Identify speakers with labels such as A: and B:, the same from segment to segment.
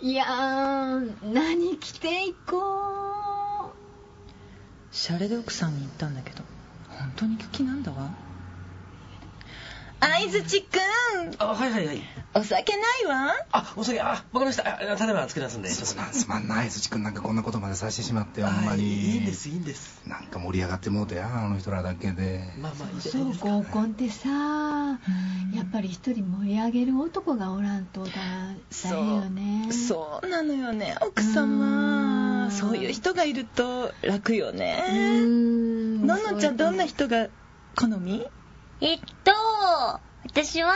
A: いやー何着ていこ
B: シャレで奥さんに言ったんだけど本当に気なんだわ相づちくん
C: あはいはいはい
B: お酒ないわ
C: あお酒あわかりましたああただいま作り出すんです
D: まんすまんない土くんなんかこんなことまでさせてしまって
C: あ
D: ほんまに
C: いいんですいいんです
D: なんか盛り上がってもうてやあの人らだけで
C: まあまあいいうじゃ
A: そ
C: ないうですか
A: 合コンってさやっぱり一人盛り上げる男がおらんとだ大
B: そう
A: 変よね
B: そうなのよね奥
A: う
B: 様
A: ん
B: そういう人がいると楽よ
A: う
B: ね
A: ーん
B: ののちゃんどんな
A: 人
B: 人が好み
E: えっと、私は、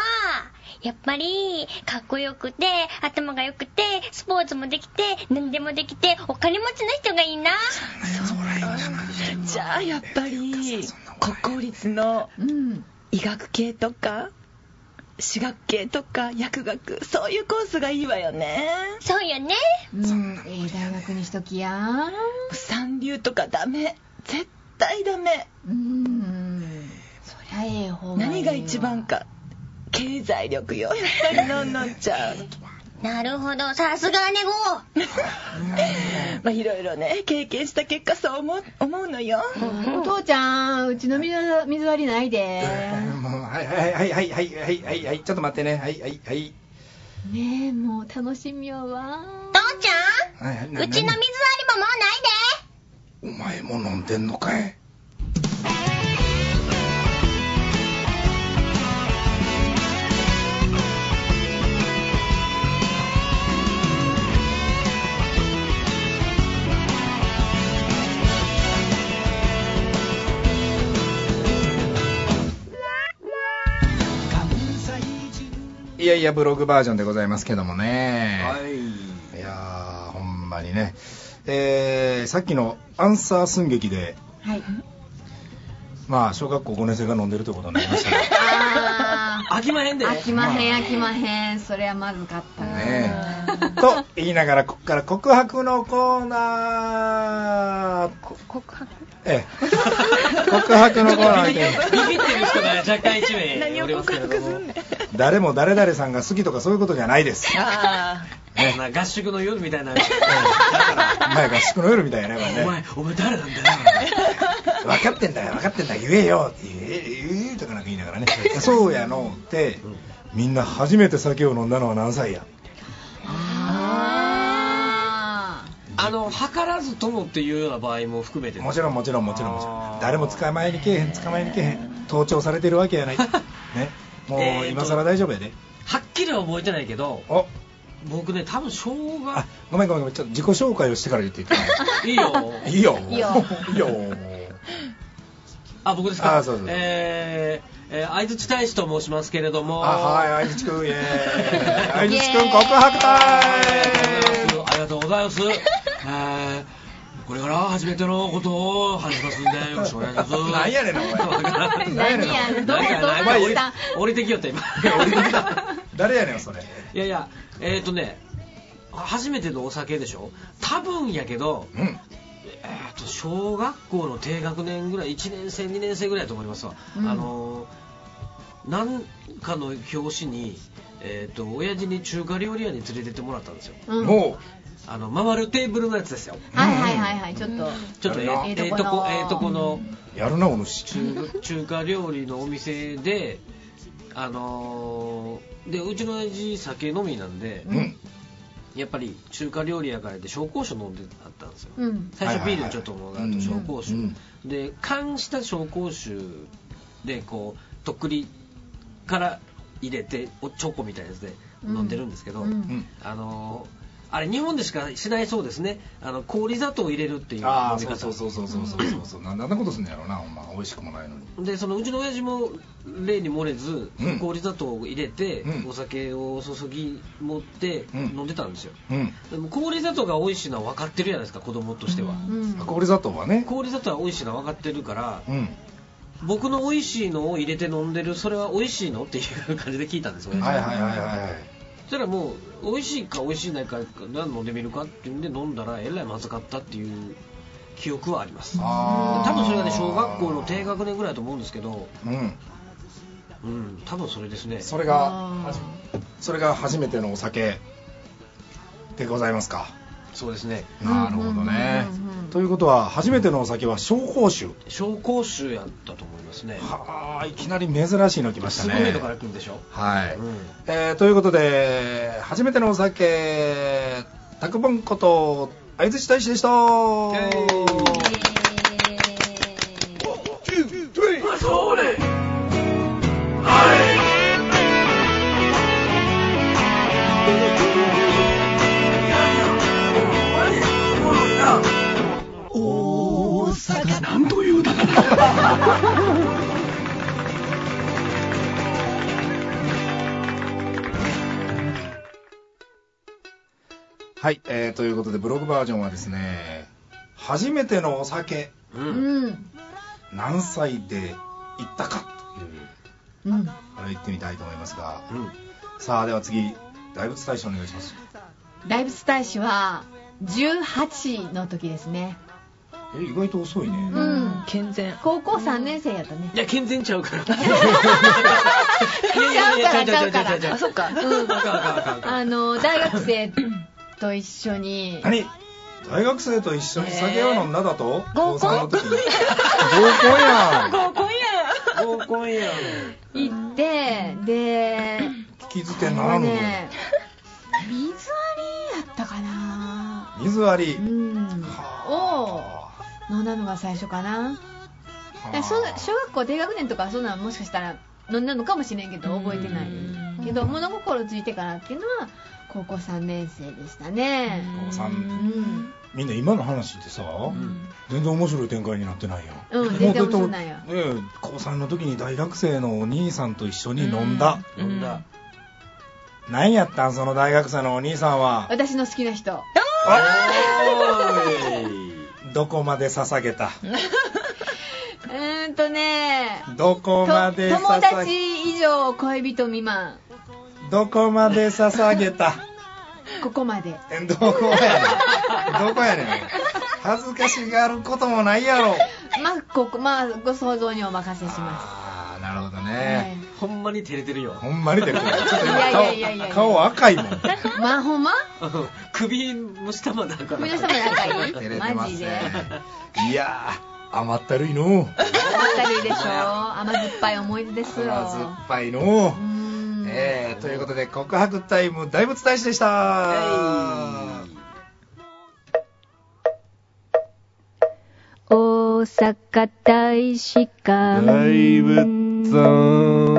E: やっぱり、かっこよくて、頭が良くて、スポーツもできて、何でもできて、お金持ちの人がいいな。
B: じゃあやっぱり国公立の
A: うん
B: 医学系とか私学系とか薬学そういうコースがいいわよね
E: そうよね。
A: うんええ大学にしときや
B: 三流とかダメ絶対ダメ
A: うんそりゃええ方が
B: 何が一番か経済力よやっぱりのんのんちゃん
E: なるほど、さすがだね、ゴー。
B: まあいろいろね経験した結果そう思う思うのよ
A: お父ちゃんうちの水水割りないで
D: もうはいはいはいはいはいはいはいはいちょっと待ってねはいはいはい
A: ねえもう楽しみよわ
E: 父ちゃ
D: はいはい
E: ん、うちの水割りももうないで。
D: お前も飲んでんのかいいやいやブログバージョンでございますけどもね
C: はい
D: いやーほんまにね、えーさっきのアンサー寸劇で、
A: はい
D: まあ、小学校5年生が飲んでるということになりました ね
A: あ
C: 飽きまへんで
A: ー飽きまへん飽きまへんそれはまずかった
D: ねえと言いながらここから告白のコーナー
B: こ告白
D: ええ告白のコーナー
C: ビビ
D: で
C: ビビってる人が若干一名
B: 何を
C: おります
B: 告
C: けれ
B: 白す
C: ども
B: んねん
D: 誰も誰々さんが好きとかそういうことじゃないです
B: あ
C: そんな合宿の夜 みたいな
D: 前合宿の夜みたいなねこれ
C: お
D: ね
C: 前お前誰なんだ よ
D: 分かってんだよ分かってんだよ言えよ言え言えとかなんか言いながらねそうやのうてみんな初めて酒を飲んだのは何歳や
A: あ
C: あの図らずともっていうような場合も含めて
D: もちろんもちろんもちろんもちろ
C: あ
D: ん
C: ー
D: 誰も捕まえにけえへん捕まえにけえへん盗聴されてるわけや ないねもう
C: えーと
D: 今更大丈夫やで
C: はっきりは覚えてないけど
D: お
C: 僕ね多分生
D: あ
C: 姜
D: ごめんごめんごめんちょっと自己紹介をしてから言っていいか
C: いいよ
D: いいよ
A: いいよ
D: いいよ
C: あ僕ですか
D: あそうそう
C: えーえー相槌大使と申しますけれども
D: あはい
C: あ
D: 愛 知くんイ
C: イ
D: エーイ
C: エー
D: 愛
C: イ
D: 知くん告白タイ
C: りがとうございますありがとうございますえーこれから初めてのことを話しますんでよろしくお願いします
D: 何やねんなお前
A: ー何やどうどう
C: な
A: な
C: んか
A: っ
C: 降り
A: た
C: 降りてきよった今
D: 誰やねんそれ
C: いやいやえっ、ー、とね初めてのお酒でしょ多分やけど
D: うん
C: えー、と小学校の低学年ぐらい1年生2年生ぐらいだと思いますわ、
A: うん
C: あのーなんかの表紙にえー、と親父に中華料理屋に連れてってもらったんですよ
A: うん
D: も
C: あの回るテーブルのやつですよ
A: はいはいはいはいちょっと
C: ちょっとええ
D: あれ
A: な
C: ええとこ
A: え
C: え
A: え
C: え
A: と
C: と
A: こ
C: こ
A: の
C: の
D: うやるなお主
C: 中中華料理のお店であのーでうちの親父酒飲みなんで
D: うん
C: やっぱり中華料理やからで紹興酒飲んであったんですよ
A: うん
C: 最初ビールちょっともらうと紹興酒、
D: うんうん
C: で缶した紹興酒でこうとっくりから入れておチョコみたいなやつで飲んでるんですけど、
A: うんうん
C: あのーあれ日本でしかしないそうですねあの氷砂糖を入れるっていう飲
D: ああ
C: み
D: そう
C: 方
D: そうそうそうそうそうそうそうなんであんなことすんのやろうなほんま美味しくもないのに
C: でそのうちの親父も例に漏れず、
D: うん
C: 氷砂糖を入れて、
D: うん
C: お酒を注ぎ持って
D: うん
C: 飲んでたんですよ、
D: うん
C: でも氷砂糖が美味しいのは分かってるじゃないですか子供としては、
A: うん
D: 氷砂糖はね
C: 氷砂糖は美味しいのは分かってるから、
D: うん
C: 僕の美味しいのを入れて飲んでるそれは美味しいのっていう感じで聞いたんですよ、
D: はいはいはいいはいはい
C: そしたらもう美味しいか美味しいないか何飲んでみるかっていうんで飲んだらえらいまずかったっていう記憶はあります
D: あー
C: 多分それがね小学校の低学年ぐらいだと思うんですけど
D: うん
C: うん多分それですね
D: そ
A: あ
D: れがそれが初めてのお酒でございますか
C: そうですね
D: なるほどね
A: うんうんうんうん
D: ということは初めてのお酒は紹興酒
C: 紹興酒やったと思いますね
D: はあいきなり珍しいの来ました
C: す
D: ね
C: ごいのから来るんでしょ
D: はい、
C: うん
D: えーということで初めてのお酒タクボンこと相槌大使でした
C: イ
B: 大阪なんというだか
D: はい、えーということでブログバージョンはですね初めてのお酒
C: う
A: うんん
D: 何歳で行ったかという
A: うん
D: これを言ってみたいと思いますが
C: うん
D: さあでは次大仏大使お願いします
A: 大仏大使は18の時ですね
D: え意外と遅いね、
A: うん
B: 健全
A: 高校3年生やったね
C: いや健全ちゃ うから
A: ちゃうからちゃうから
B: あそっか
A: うん
C: あかんあかんあかんあかん
A: あの大学生と一緒に
D: 何大学生と一緒に酒を飲んだだと、
E: 合
D: 高
E: コン
D: 三の時 に合コンやん
B: 合コン
C: 合コンやん
A: 行ってで
D: 聞き捨てならぬ、
A: ね水割りやったかな
D: 水割り、
A: うんを
D: は
A: 飲んだのが最初かな
D: あ
A: でそう小学校低学年とかはそんなんもしかしたら飲んだのかもしれんけど覚えてない
B: うん
A: けど物心ついてからっていうのは高校3年生でしたね
D: 高三
A: うん
D: みんな今の話ってさ、
C: ん
D: 全然面白い展開になってないやん、
A: うん全然面白
D: もうだ
A: な
D: っ
A: いよ
D: てねえ高3の時に大学生のお兄さんと一緒に飲んだ、
C: 飲んだ
D: 何やったんその大学生のお兄さんは
A: 私の好きな人
D: どこまで捧 げた
A: うーんとね
D: どこま
A: と
D: で
A: 友
D: 捧げ
A: 達以上恋人未満
D: どこまで捧げた
A: ここまで
D: えどこやね んどこやねん恥ずかしがることもないやろ
A: まあここまあご想像にお任せしま
D: ああなるほど
A: す、
D: ね、
C: ほんまに照れてるよ
D: ほんまに出てるちょっと今
A: いやい
D: 顔
A: やいやいやいや
D: 顔赤いもん
A: はいまあほんま
C: 首の下まで赤い
A: 首の下まで赤い
D: 照れてま
A: マ
D: す
A: ジで
D: ねいやー甘ったるいのう
A: 甘ったるいでしょ甘酸っぱい思い出です
D: 甘
A: よ
D: 酸っぱいのう
A: うーん
D: えー、ということで告白タイム大仏大使でした
C: はい
F: 大阪大使館
G: 大仏さん。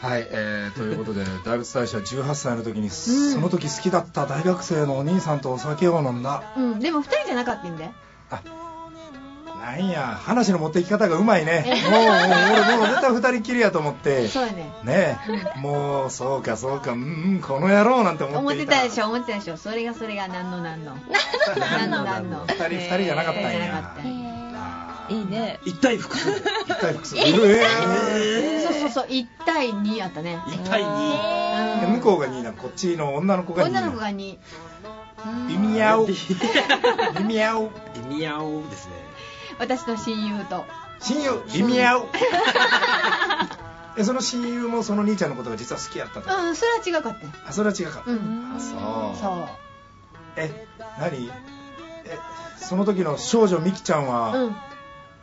D: はい、えー、ということで大仏大使は18歳の時にその時好きだった大学生のお兄さんとお酒を飲んだ
A: うん、でも二人じゃなかったんで
D: なんや話の持っていき方がうまいねもうもう俺もう絶対二人きりやと思って
A: そうやね
D: ねえもうそうかそうかうんうんこの野郎なんて思
A: 思
D: っ
A: ってて
D: いた
A: たでしょ思ってたでしょそれがそれが何の何の何の何の
D: 二人二人じゃなかったんや
A: 二人じゃなかったんや
D: あー
B: いいね
C: 一体服
D: 一体複数え
A: そうそうそう1対2やったね
C: 一体に
D: ーで向こうが2だこっちの女の子が2
A: 女の子が2
D: 微妙微妙
C: ミヤオですね
A: 私の親友と
D: 親友微妙えその親友もその兄ちゃんのことが実は好きやったと
A: うんそれは違かったよ
D: あそれは違かった、
A: うん
D: あそう
A: そ
D: え何えその時の少女みきちゃんは、
A: ううん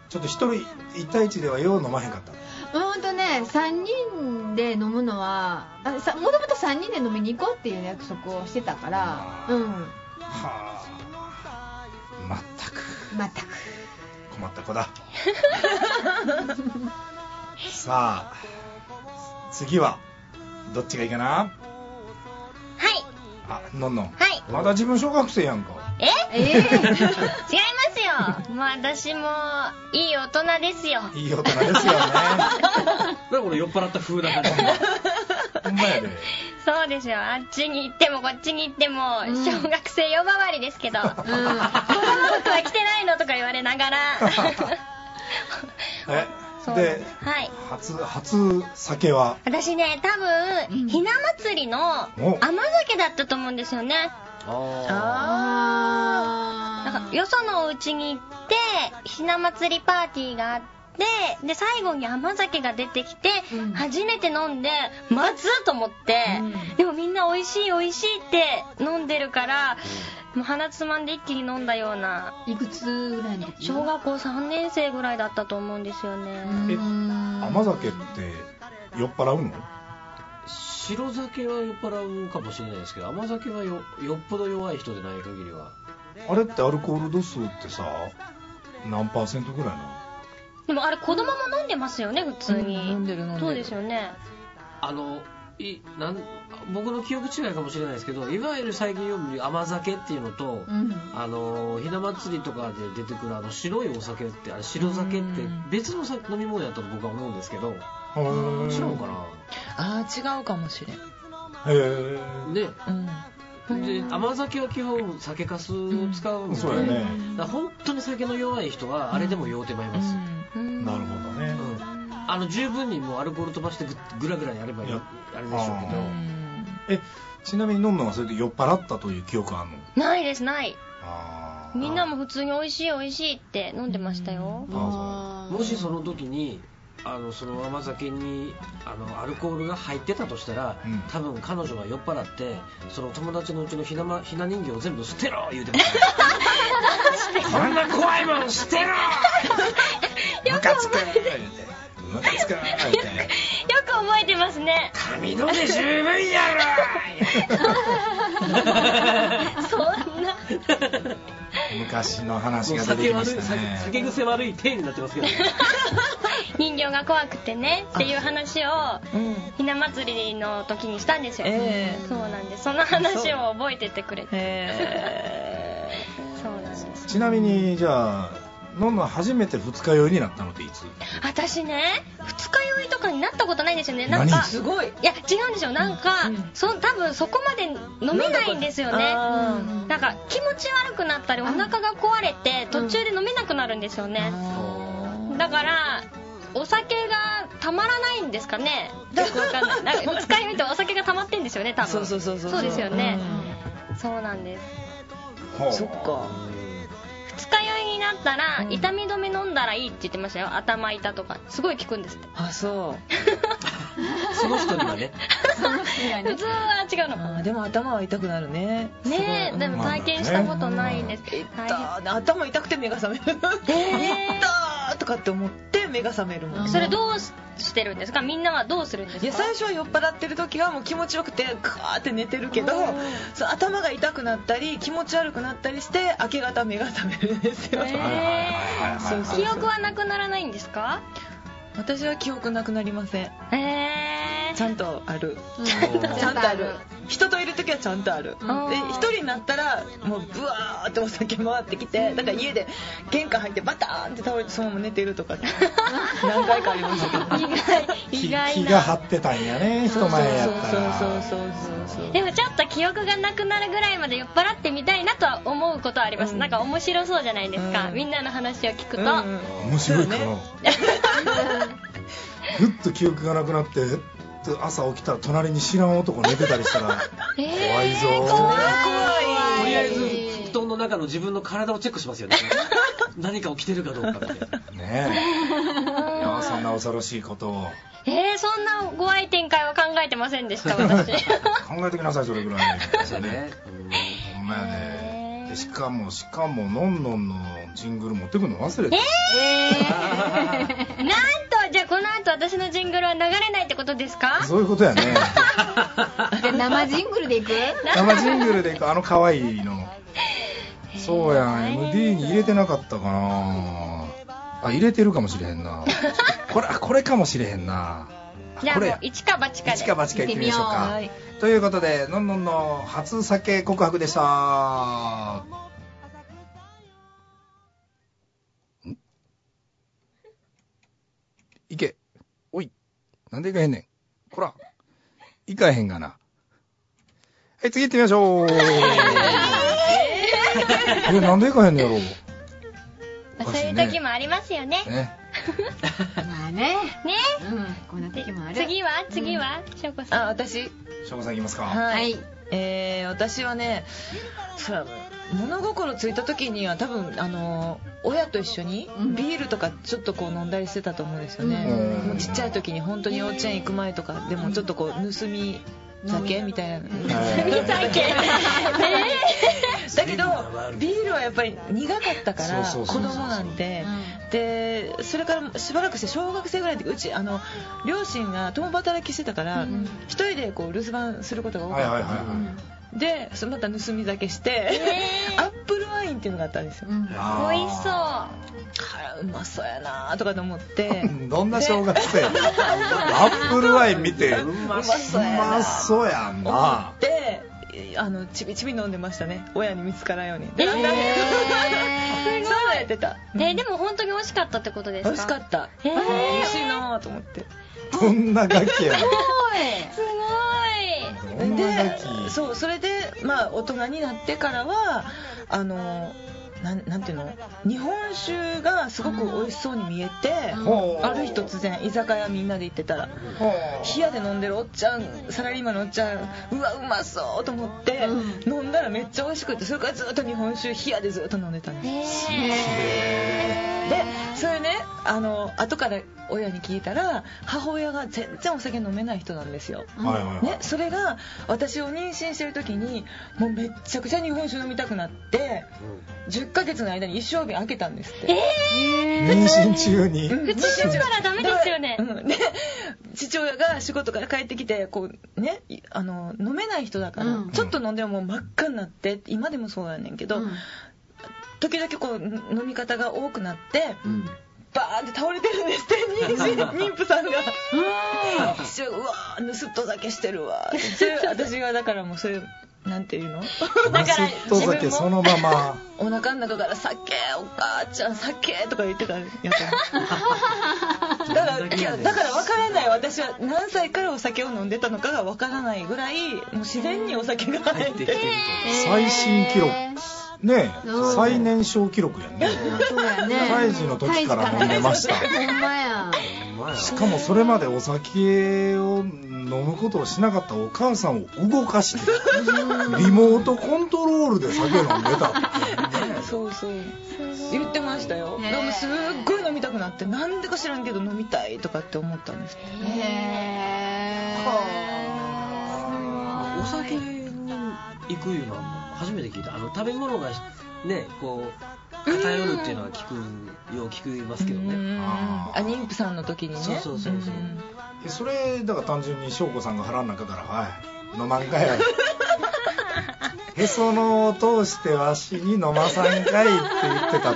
D: ちょっと一人一対一ではよう飲まへんかった
A: うんとね3人で飲むのはあさもともと3人で飲みに行こうっていう約束をしてたからうん
D: はあまったく
A: 全 く
D: 困った 子ださあ次はどっちがいいかな
E: はい
D: あのんのん
E: はい
D: まだ自分小学生やんか
E: え
A: ええ
E: 違いますよ。もう私もいい大人ですよ。
D: いい大人です よね
C: なんかこの酔っ払った風な感じ
D: ほんまやで
E: そうですよ。あっちに行ってもこっちに行っても
A: うん
E: 小学生呼ばわりですけど。
A: うん
E: 僕は来てないのとか言われなが ら。
D: え
E: そう
D: で
E: はい。
D: 初初酒は
E: 私ね、多分、ひな祭りの
D: お
E: 甘酒だったと思うんですよね。
C: あ
A: あ
E: なんかよそのお家に行ってひな祭りパーティーがあってで最後に甘酒が出てきて、
A: うん
E: 初めて飲んでまずっと思って、
A: うん
E: でもみんな美味しい美味しいって飲んでるから、もう鼻つまんで一気に飲んだようない
A: くつぐらいの時
E: 小学校3年生ぐらいだったと思うんですよね、
A: うーん
D: 甘酒って酔っ払うの
C: 白酒は酔っ払うかもしれないですけど甘酒はよよっぽど弱い人でない限りは
D: あれってアルコール度数ってさ何パーセントぐらいな
E: でもあれ子供も飲んでますよね普通に、
B: うん飲んでる飲んでる
E: そうですよね
C: あのいなん僕の記憶違いかもしれないですけどいわゆる最近読む甘酒っていうのと、
A: うん
C: あのひな祭りとかで出てくるあの白いお酒ってあれ白酒って別のさ飲み物やと僕は思うんですけど違
D: の
C: うか
B: ああ違うかもしれん
D: へえ
C: なね
B: うん
C: で甘酒は基本酒かすを使うので、
D: そうやね
C: だから本当に酒の弱い人はあれでも酔うてまいます、
E: うん
D: なるほどね
C: うんあの十分にもうアルコール飛ばしてぐぐらぐらやればいい
D: いや
C: あれでしょうけど
D: あ
B: うん
D: えちなみに飲むのはそれで酔っ払ったという記憶あんの
E: ないですない
D: あー
E: みんなも普通に美味しい美味しいって飲んでましたよ
D: あ
C: もしその時にあのその甘酒にあのアルコールが入ってたとしたら、
D: うん
C: 多分彼女が酔っ払ってその友達のうちのひな,、ま、ひな人形を全部捨てろ言うてましたこんな怖いもん捨てろ
D: ムカつくー言うてムカつくー言うて
E: よく覚えてますね
C: 髪の毛十分や
E: そんな
C: ろ
D: 昔の話
C: もう
D: が出
C: 酒
D: てきま
C: 悪い
D: した
C: 酒酒
D: ね
C: 癖悪い手になってますけど
E: 人形が怖くてねっていう話を
B: うん
E: ひな祭りの時にしたんですよ、
B: え
E: そうなんですその話を覚えててくれ
B: え
E: て
B: え
E: そうなんです
D: ちなみにじゃあ飲むの初めて二日酔いになったのっていつ
E: 私ね二日酔いとかになったことないんですよねなん
D: 何
E: か
B: ーすごい
E: いや違うんですよなんか、
B: うん
E: そ多分そこまで飲めないんですよね
B: あー
E: なんか気持ち悪くなったりお腹が壊れて途中で飲めなくなるんですよねだからお酒がたまらないんですかねよくわかんないなんかお使い見てお酒がたまってんですよね多分
B: そうそうそうそう
E: そうですよね、
B: う
E: そうなんです
D: ほうん
B: そっか
E: 二日酔いになったら
B: うん
E: 痛み止め飲んだらいいって言ってましたよ頭痛とかすごい効くんですって
B: あそう
C: その人にはね
E: 普通は違うのか
B: あーでも頭は痛くなるねす
E: ねえ
B: ごい
E: で
B: うん
E: も体験したことないです、
B: 痛
E: はい
B: 頭痛くて目が覚める
E: いえ
B: 痛っとかって思って目が覚めるもん
E: ーそれどうしてるんですかみんなはどうするんです
B: いや
E: か
B: 最初は酔っ払ってる時はもう気持ちよくてカーって寝てるけどそう頭が痛くなったり気持ち悪くなったりして明け方目が覚めるんですよ、
E: え
D: はいはいはいはい
B: そうそう
E: 記憶はなくならないんですか
B: 私は記憶なくなりません
E: ええ
B: ちゃんとある
A: うん
B: ちゃんとある人といる時はちゃんとある、
E: うん
B: で一人になったらもうブワーってお酒回ってきてだから家で玄関入ってバターンって倒れてそのまま寝てるとかって 何回かあり ましたけど
E: 意外
D: 気
E: 意外
D: 気が張
E: な
D: ってたんやね人前やったら
B: そうそうそうそうそう
E: でもちょっと記憶がなくなるぐらいまで酔っ払ってみたいなとは思うことはあります、
B: うん
E: なんか面白そうじゃないですか、
B: うん
E: みんなの話を聞くと、
B: うんうん
D: 面白いか
B: そう
D: な
B: ね
D: ぐっと記憶がなくなってふっと朝起きたら隣に知らん男寝てたりしたら怖いぞー
E: 怖い
C: とりあえず布団の中の自分の体をチェックしますよね何か起きてるかどうかみたいな
D: ねえいやそんな恐ろしいことを
E: えー、そんなご愛展開は考えてません でした私
D: 考えてきなさいそれぐらい
C: そうねうん
D: ほんまやねでしかもしかものんのんのジングル持ってくの忘れて
E: なんとじゃあこの後私のジングルは流れないってことですか
D: そういうことやね
A: じゃあ生ジングルでいく
D: 生ジングルであの可愛い のそうやん MD に入れてなかったかなあ入れてるかもしれへん なこれあこれかもしれへんなあ
E: じゃあ
D: これ
E: もう
D: や
E: 一か八かで
D: 一か八か行ってみましょう
A: 行
D: か
A: ってみ
D: ということでのんのんの初酒告白でしたんいけおいなんでいかへんねんこらいかへんがなはい次行ってみましょうえなんでいかへんのやろ
E: まあそういう時もありますよね
D: うね
A: まあね
E: ね
A: うんこんな時もある
E: 次は次は翔子
B: あ
E: さん
B: 私
D: 翔子さんいきますか
B: は、
A: はいい
B: えー私はねそうやな物心ついた時には多分あの親と一緒に
A: うん
B: ビールとかちょっとこう飲んだりしてたと思うんですよね、
D: うん
B: もうちっちゃい時に本当に幼稚園行く前とかでもちょっとこう盗み酒みたいなだけどビールはやっぱり苦かったから
D: そ
B: 子
D: うそうそうそう
B: 供なんででそれからしばらくして小学生ぐらいでうちあの両親が共働きしてたから
A: うん
B: 一人でこう留守番することが多かっ
D: はい
B: た、
D: はいはいはい
B: でそまた盗み酒して、アップルワインっていうのがあったんですよ、
A: うん
D: あー
E: 美味しそう
B: あらうまそうやなとかと思って
D: どんな小学 生やアップルワイン見てう
B: まそうやな
D: まそうやんな
B: であのちびちび飲んでましたね親に見つからんようにでだん だん、
E: ー
B: そうやってた
E: えーでも本当に美味しかったってことですか
B: 美味しかった、
E: へー
B: 美味しいなと思って
D: どんなガキや
E: すごい
D: ねんどんなガ
B: で
D: キ
B: そうそれでまあ大人になってからはあのなんなんていうの日本酒がすごく美味しそうに見えて、
D: ほう
B: ある日突然居酒屋みんなで行ってたら
D: ほ
B: 冷やで飲んでるおっちゃんサラリーマンのおっちゃんうわうまそうと思って、飲んだらめっちゃ美味しくてそれからずっと日本酒冷やでずっと飲んでたんですでそれねあの後から親に聞いたら母親が全然お酒飲めない人なんですよ
D: うはいはいはい
B: ね、それが私を妊娠してる時にもうめっちゃくちゃ日本酒飲みたくなって10ヶ月の間に一生瓶開けたんですって
D: 妊娠中に
B: うん
E: 普通だったらダメですよね
B: うんで父親が仕事から帰ってきてこう、ね、いあの飲めない人だから、
A: うん
B: ちょっと飲んでももう真っ赤になって今でもそうやねんけど、時々こう飲み方が多くなって
C: うん
B: バーンって倒れてるんですって妊 娠妊婦さんが父親がうわー盗っ人酒してるわーってそれ 私がだからもうそれなんていうの
D: マスッと酒そのまま
B: お腹の中から「酒お母ちゃん酒」とか言ってた やつだからいやだから分からない私は何歳からお酒を飲んでたのかが分からないぐらいもう自然にお酒が入
C: 入
B: っ
C: っててきてる
B: て
C: と
D: 最新記録ねえ
A: うん
D: 最年少記録やね
A: そうやね
D: 胎児の時から飲んでました
A: ほんまや
C: ほんまや
D: しかもそれまでお酒を飲むことをしなかったお母さんを動かしてリモートコントロールで酒飲んでた
B: そうそう言ってましたよ
A: ねえ
B: でもすっごい飲みたくなってなんでか知らんけど飲みたいとかって思ったんですって
A: へえ
C: お酒に行くいうのは初めて聞いたあの食べ物がねこう偏るっていうのは聞くよう聞きますけど
B: うん
C: ね
B: あ妊婦さんの時にね
C: そうそうそうそうん
D: えそれだから単純に翔子さんが腹の中から「はい飲まんか い」へその緒を通してわしに飲まさんかいって言ってたとい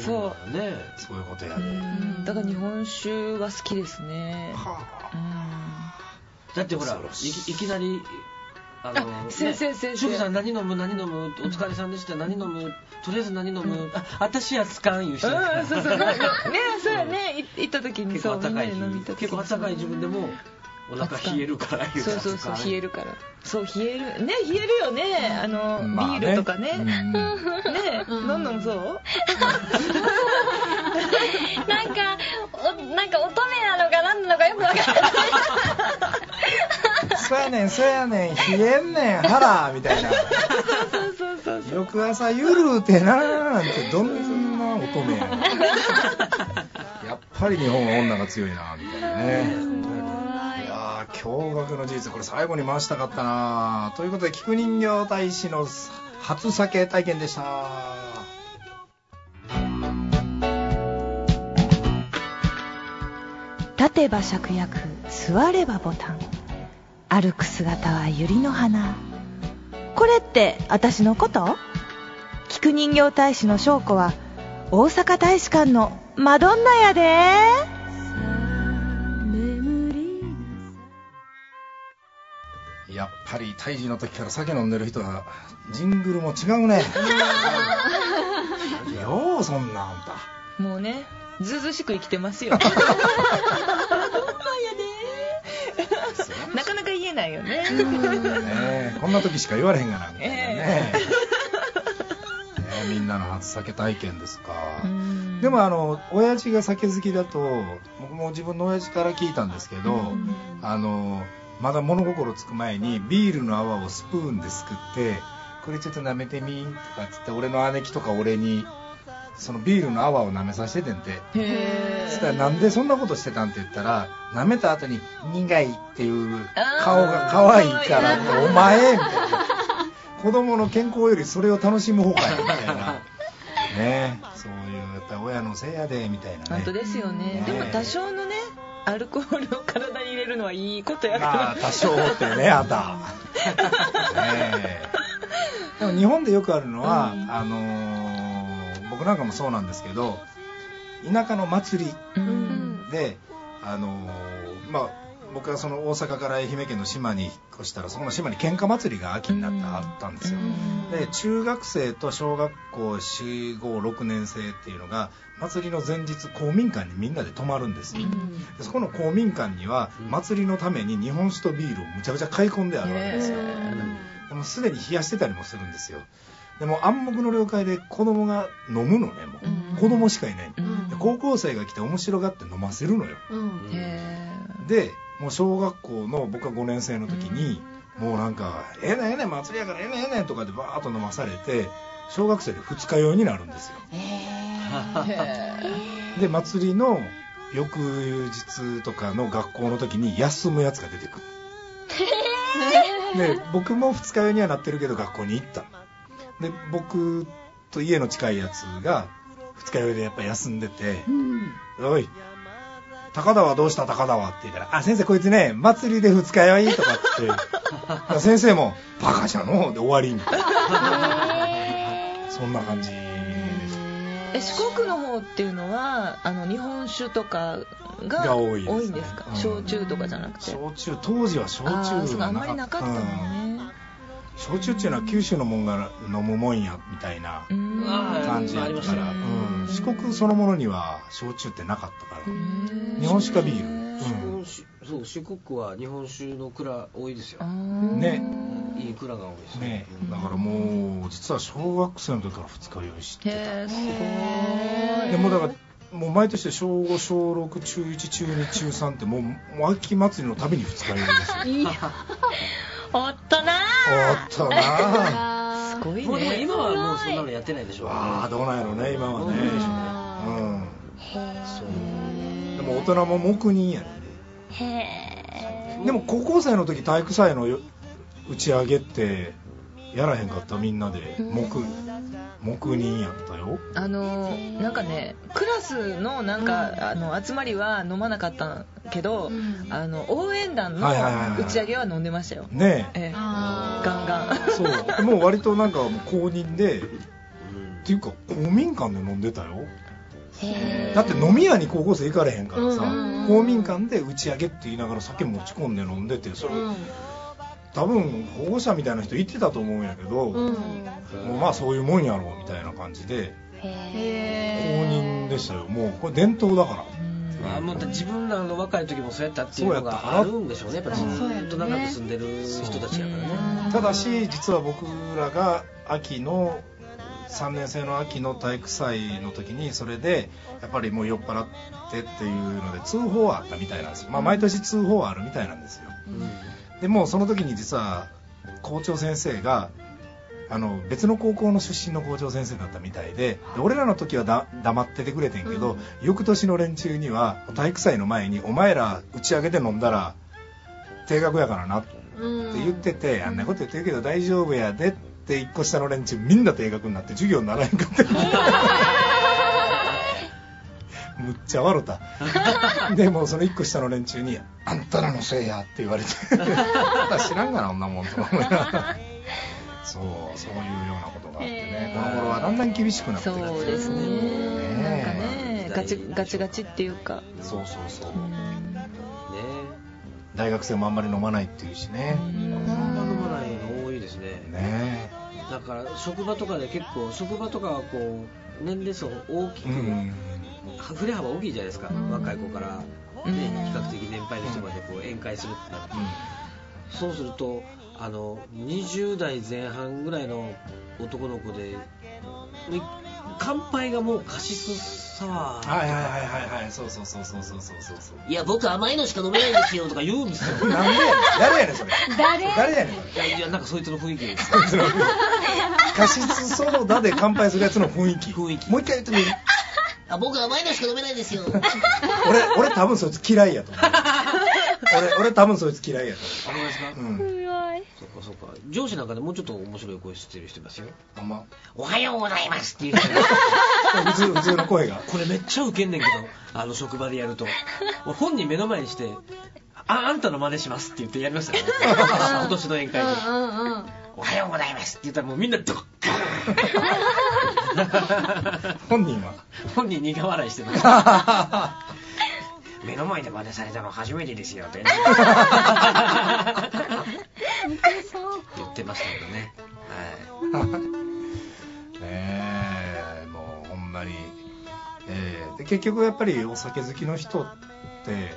D: う
B: そう
C: ね
D: そういうことや
B: う
D: ね
B: んだから日本酒が好きですねうん
C: だってほらいきいきなりあ
B: あ
C: の
B: 先生先生
C: 主婦さん何飲む何飲むお疲れさんでした何飲むとりあえず何飲むあ私やつかんいう人
B: うん、そう そう、ね、ねそうやね、い行った時に、
C: 結
B: そう、
C: 構あったかい
B: みんなで飲みた時
C: 結構あったかい自分でもお腹冷えるから言
B: そうそうそう、冷え
C: る
B: るから。そう、冷える、ね、冷えるよね、あの、
D: まあ
B: ビールとかね。
D: う
B: ね、
D: ん
B: どんどんそう。
E: なんかおなんか乙女なのか何なのかよくわからない
D: そうやねんそうやねん冷えんねん腹みたいな
B: そうそうそうそう。
D: 翌朝ゆるうてなーなんてどんな乙女やねんやっぱり日本は女が強いなみたいなねいやー驚愕の事実これ最後に回したかったなということで菊人形大使の初酒体験でした
H: 立てば芍薬座ればボタン歩く姿は百合の花これって私のこと聞く人形大使の証拠は大阪大使館のマドンナやで
D: やっぱり胎児の時から酒飲んでる人はジングルも違う ねようそんなあんた
B: もうね、ずうずうしく生きてますよ。ほんまやで。 なかなか言えないよね。
D: ねえこんな時しか言われへんがなみたいなね,、
B: え
D: ねえみんなの初酒体験ですか、
B: うん
D: でもあの親父が酒好きだと僕も自分の親父から聞いたんですけど、あのまだ物心つく前にビールの泡をスプーンですくってこれちょっと舐めてみんとかっつって俺の姉貴とか俺にそのビールの泡を舐めさせててんて
B: へ
D: そしたらなんでそんなことしてたんって言ったら舐めた後に苦いっていう顔が可愛いからってお前みたいな子供の健康よりそれを楽しむ方がいいみた いなねそういうやっぱり親のせいやでみたいな
B: 本当
D: ね
B: ですよね
D: ね
B: でも多少のねアルコールを体に入れるのはいいことやから、
D: まあ多少っ てねあんたねえでも日本でよくあるのは、あのー僕なんかもそうなんですけど田舎の祭り
B: うん
D: で、あのーまあ、僕はその大阪から愛媛県の島に引っ越したらそこの島に喧嘩祭りが秋になった,、あったんですよ、で中学生と小学校456年生っていうのが祭りの前日公民館にみんなで泊まるんですよ、でそこの公民館には祭りのために日本酒とビールをむちゃくちゃ買い込んであるわけですよ、でもうすでに冷やしてたりもするんですよでも暗黙の了解で子供が飲むのねもう、子供しかいないの、で高校生が来て面白がって飲ませるのよ
A: うん
D: でもう小学校の僕は5年生の時に、もうなんか「ええねんええねん祭りやからええねんええねん」とかでバーッと飲まされて小学生で二日酔いになるんですよで祭りの翌日とかの学校の時に休むやつが出てくるで僕も二日酔いにはなってるけど学校に行ったで僕と家の近いやつが二日酔いでやっぱ休んでて「おい高田はどうした高田は」って言ったら「あ先生こいつね祭りで二日酔い」とかって先生も「バカじゃのう」で終わりみたいなそんな感じです
B: え四国の方っていうのはあの日本酒とかが
D: が多いですね
B: んですか
D: うん
B: 焼酎とかじゃなくて
D: 焼酎当時は焼
B: あーそ
D: 酎
B: うかあ
D: が
B: ん
D: な
B: まり
D: か
B: な
D: っ
B: か
D: た
B: ったもんね
D: 焼酎っていうのは九州のもんが飲むもんやみたいな
B: うん
D: 感じやったから、
C: う
D: うん四国そのものには焼酎ってなかったから、
B: うん
D: 日本酒かビール、うん
C: 四国そう四国は日本酒の蔵多いですよ
B: あ、ー
D: ね
C: いい蔵が多いです
D: ねだからもう実は小学生の時から二日酔いしてた
B: へーすごい
D: でもうだからもう毎年小5小6中1中2中3ってもうもう秋祭りのたびに二日酔いですよ
E: おっとな
D: あったな
A: あ
D: あ
B: すごい
C: もうでも
B: ね
C: 今はもうそんなのやってないでしょ
D: あーどうなんやろね今はね
A: ー
D: うんそうでも大人も黙認やね
E: へえ
D: でも高校生の時体育祭のよ打ち上げってやらへんかったみんなで黙黙認やったよ
B: あのなんかねクラスのなんかあの集まりは飲まなかったけどあの応援団の
D: はいはいはいはい
B: 打ち上げは飲んでましたよ
D: ねえ
B: ええ
A: あ
B: ガンガン
D: そうもう割となんかもう公認でっていうか公民館で飲んでたよだって飲み屋に高校生行かれへんからさ、公民館で打ち上げって言いながら酒持ち込んで飲んでてそれ、多分保護者みたいな人行ってたと思うんやけど、もうまあそういうもんやろうみたいな感じで公認でしたよもうこれ伝統だから
C: まあ、また自分らの若い時もそうやったっていうのがあるんでしょうねやっぱずっと長く住んでる人たちやからね
D: ただし実は僕らが秋の3年生の秋の体育祭の時にそれでやっぱりもう酔っ払ってっていうので通報はあったみたいなんですよ、まあ、毎年通報はあるみたいなんですよ、でもうその時に実は校長先生があの別の高校の出身の校長先生だったみたいでで俺らの時はだ黙っててくれてんけど、翌年の連中には体育祭の前に「お前ら打ち上げで飲んだら定額やからな」って言ってて、あんなこと言ってるけど大丈夫やで」って一個下の連中みんな定額になって授業にならへんか った。むっちゃ 笑うたでもうその一個下の連中に「あんたらのせいや」って言われて「あんた知らんがな女もん」とか 思いながらそうそういうようなことがあってねこの頃はだんだん厳しくなってきて
B: そうですねなんかねガチガチガチっていうか
D: そうそうそう
C: ね
D: 大学生もあんまり飲まないっていうしね
C: あんま飲まないの多いですね
D: ね
C: だから職場とかで結構職場とかはこう年齢層大きく、
D: うん
C: 振れ幅大きいじゃないですか、若い子から、ね、比較的年配の人までこう宴会するってなると、そうするとあの20代前半ぐらいの男の子でい乾杯がもうカシスサワー
D: はいはいはいはいはいそうそうそうそうそうそうそうそう
C: いや僕甘いのしか飲めないんですよとか言うんですよ
D: なんでやねん誰やねんそれ
A: 誰
D: 誰やねん
C: いやいやなんかそいつの雰囲気です
D: それカシスソーダで乾杯するやつの雰囲気
C: 雰囲気
D: もう一回言ってみる
C: あ僕甘いのしか飲めないんですよ
D: 俺俺多分そいつ嫌いやと思う俺俺多分そいつ嫌いやと
C: ありますか
D: 思ううん
C: そっかそっか上司なんかでもうちょっと面白い声してる人いますよ
D: あんま
C: おはようございますっていう人が
D: 普通普通の声が
C: これめっちゃウケんねんけどあの職場でやると俺本人目の前にしてああんたの真似しますって言ってやりましたからね今年の宴会で
A: うんうんうん
C: 「おはようございます」って言ったらもうみんなドッカ ーン
D: 本人は
C: 本人苦笑いして ました目の前で真似されたの初めてです よって言ってましたけどね、 は
D: ねえもうほんまに、ええで結局やっぱりお酒好きの人って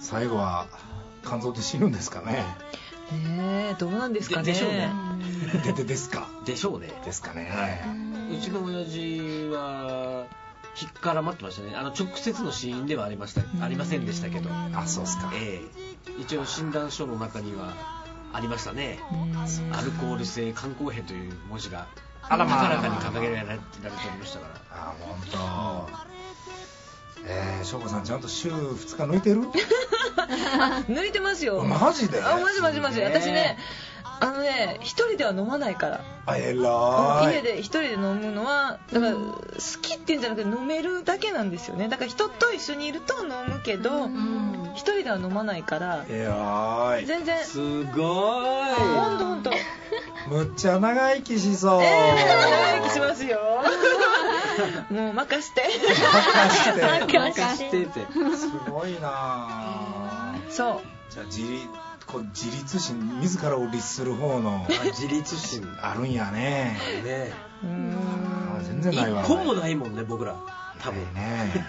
D: 最後は肝臓で死ぬんですかね
B: ねえどうなんですかね
C: ででしょうね
D: ででですか
C: い、でしょうね
D: ですかねは
C: うちの親父は引っから待ってましたねあの直接の死因ではありましたありませんでしたけど、
D: いあそうっすか
C: ええ、一応診断書の中にはありましたねアルコール性肝硬変という文字が
D: あらまあ
C: 高らかに掲げられられておりましたから
D: あ本当。えー、しょうこさんちゃんと週2日抜い てる
B: 抜いてますよ
D: マジで
B: あマジマジマジ
D: ね
B: 私ねあのね一人では飲まないから
D: あえら
B: 家
D: い
B: で一人で飲むのはだから好きっていうんじゃなくて飲めるだけなんですよねだから人と一緒にいると飲むけど
A: うん
B: 一人では飲まないから
D: えらい
B: 全然
C: すご
B: ほ
C: ー
B: んと ほんと
D: むっちゃ長生きしそう、
B: ええ長生きします よもう任して
D: 任し
C: い
D: て
C: 知ってて
D: すごいなあ
B: そう
D: じゃあ自立こう自立心自らを律する方の
C: あ自立心ね
D: あるんやね
B: うーん
D: あ全然ないわ
C: 一個もないもんね僕ら多分
D: ね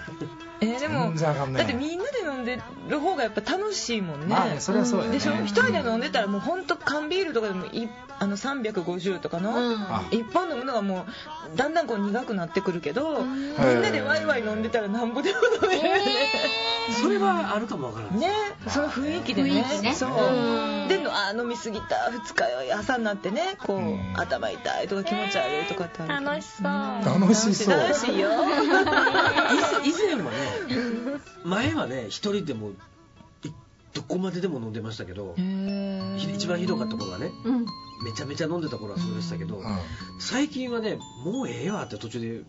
B: えーでも
D: 全然あかんね
B: だってみんなで飲んでる方がやっぱ楽しいもんね、
D: まあねそれはそうやね
B: でしょ一人で飲んでたらもう本当缶ビールとかでもいあの350とかの、
A: うん
D: あ
B: 一般飲むのがもうだんだんこう苦くなってくるけど、みんなでワイワイ飲んでたらなんぼでも飲める
C: それはあるかもわからない
B: ねその雰囲気でね
A: 雰囲気ね
B: そう、
A: うん
B: であー飲みすぎた二日酔い朝になってねこう、
D: うん
B: 頭痛いとか気持ち悪いとかってあるけど
E: 楽しそう
D: 楽しそう
B: 楽しい よ
C: 以前はね前はね一人でもいどこまででも飲んでましたけどひ一番ひどかった頃はね
A: うん
C: めちゃめちゃ飲んでた頃はそうでしたけど、
D: うん
C: 最近はねもうええわって途中で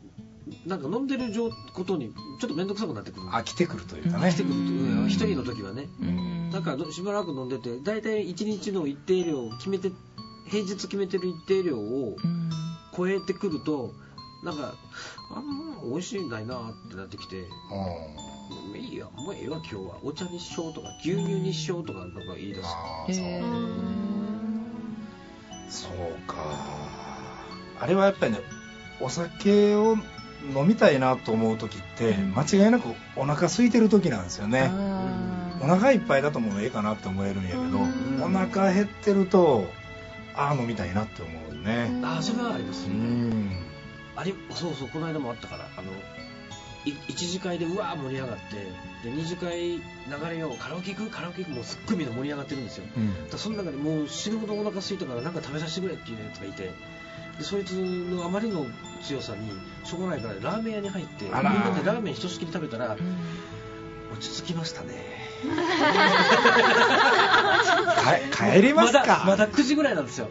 C: なんか飲んでる状ことにちょっと面倒くさくなってくる
D: 飽きてくるというかね
C: 来てくると
D: うん
C: 一人の時はね
B: うん
C: だからしばらく飲んでて大体1日の一定量を決めて平日決めてる一定量を
B: うん
C: 超えてくるとなんかあんま美味しいんないなってなってきて
D: うん
C: もういいやもうええわ今日はお茶にしようとか牛乳にしようとかなんか言い出す
D: あ
B: へ
D: ー
B: ー
D: そうそうかあれはやっぱりねお酒を飲みたいなと思う時って間違いなくお腹空いてる時なんですよね
B: あ
D: お腹いっぱいだともうええかなって思えるんやけど
C: ん
D: お腹減ってるとああ飲みたいなって思うね
C: ああそれはあります
D: う
C: ね
D: ん
C: あれそうそうこの間もあったからあのい一次会でうわー盛り上がってで二次会流れようカラオケ行くカラオケ行くもうすっごいみんな盛り上がってるんですよ
D: うん
C: だからその中でもう死ぬほどお腹空いたからなんか食べさせてくれっていうやつがいてでそいつのあまりの強さにしょうがないからラーメン屋に入ってみん
D: あら
C: なでラーメンひとしきり食べたら落ち着きましたね
D: か帰りますか
C: まだまだ9時ぐらいなんですよ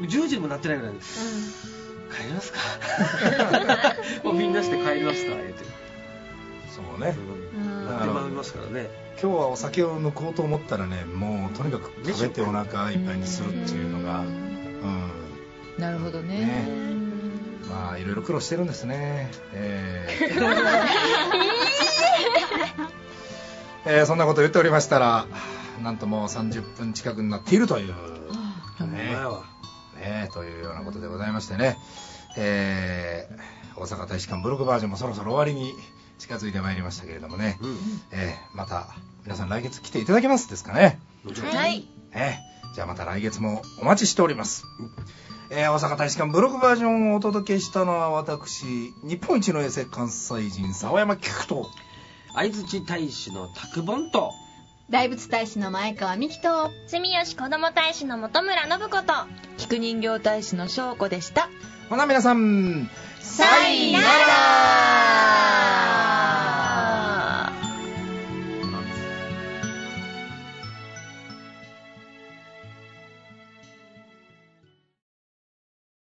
C: 10時にもなってないぐらいに帰りますか もうみんなして帰りますか言って
D: そうね
A: うん
C: なってまいりますからね
D: 今日はお酒を抜こうと思ったらねもうとにかく食べてお腹いっぱいにするっていうのがうん
B: ーなるほどね
D: ねまあいろいろ苦労してるんですねえーえーそんなこと言っておりましたらなんともう30分近くになっているというね
C: 前は
D: ねというようなことでございましてねえー大阪大使館ブログバージョンもそろそろ終わりに近づいてまいりましたけれどもね、
C: うん
D: えーまた皆さん来月来ていただけますですかね
C: もちろん
E: はい
D: ね、じゃあまた来月もお待ちしております。えー大阪大使館ブログバージョンをお届けしたのは私、日本一の衛星関西人、沢山菊と、
C: 相槌大使の卓本と、
A: 大仏大使の前川美樹と、
E: 住吉子ども大使の本村信子と
B: 菊人形大使の翔子でした
D: ほな皆さん、
A: さいなら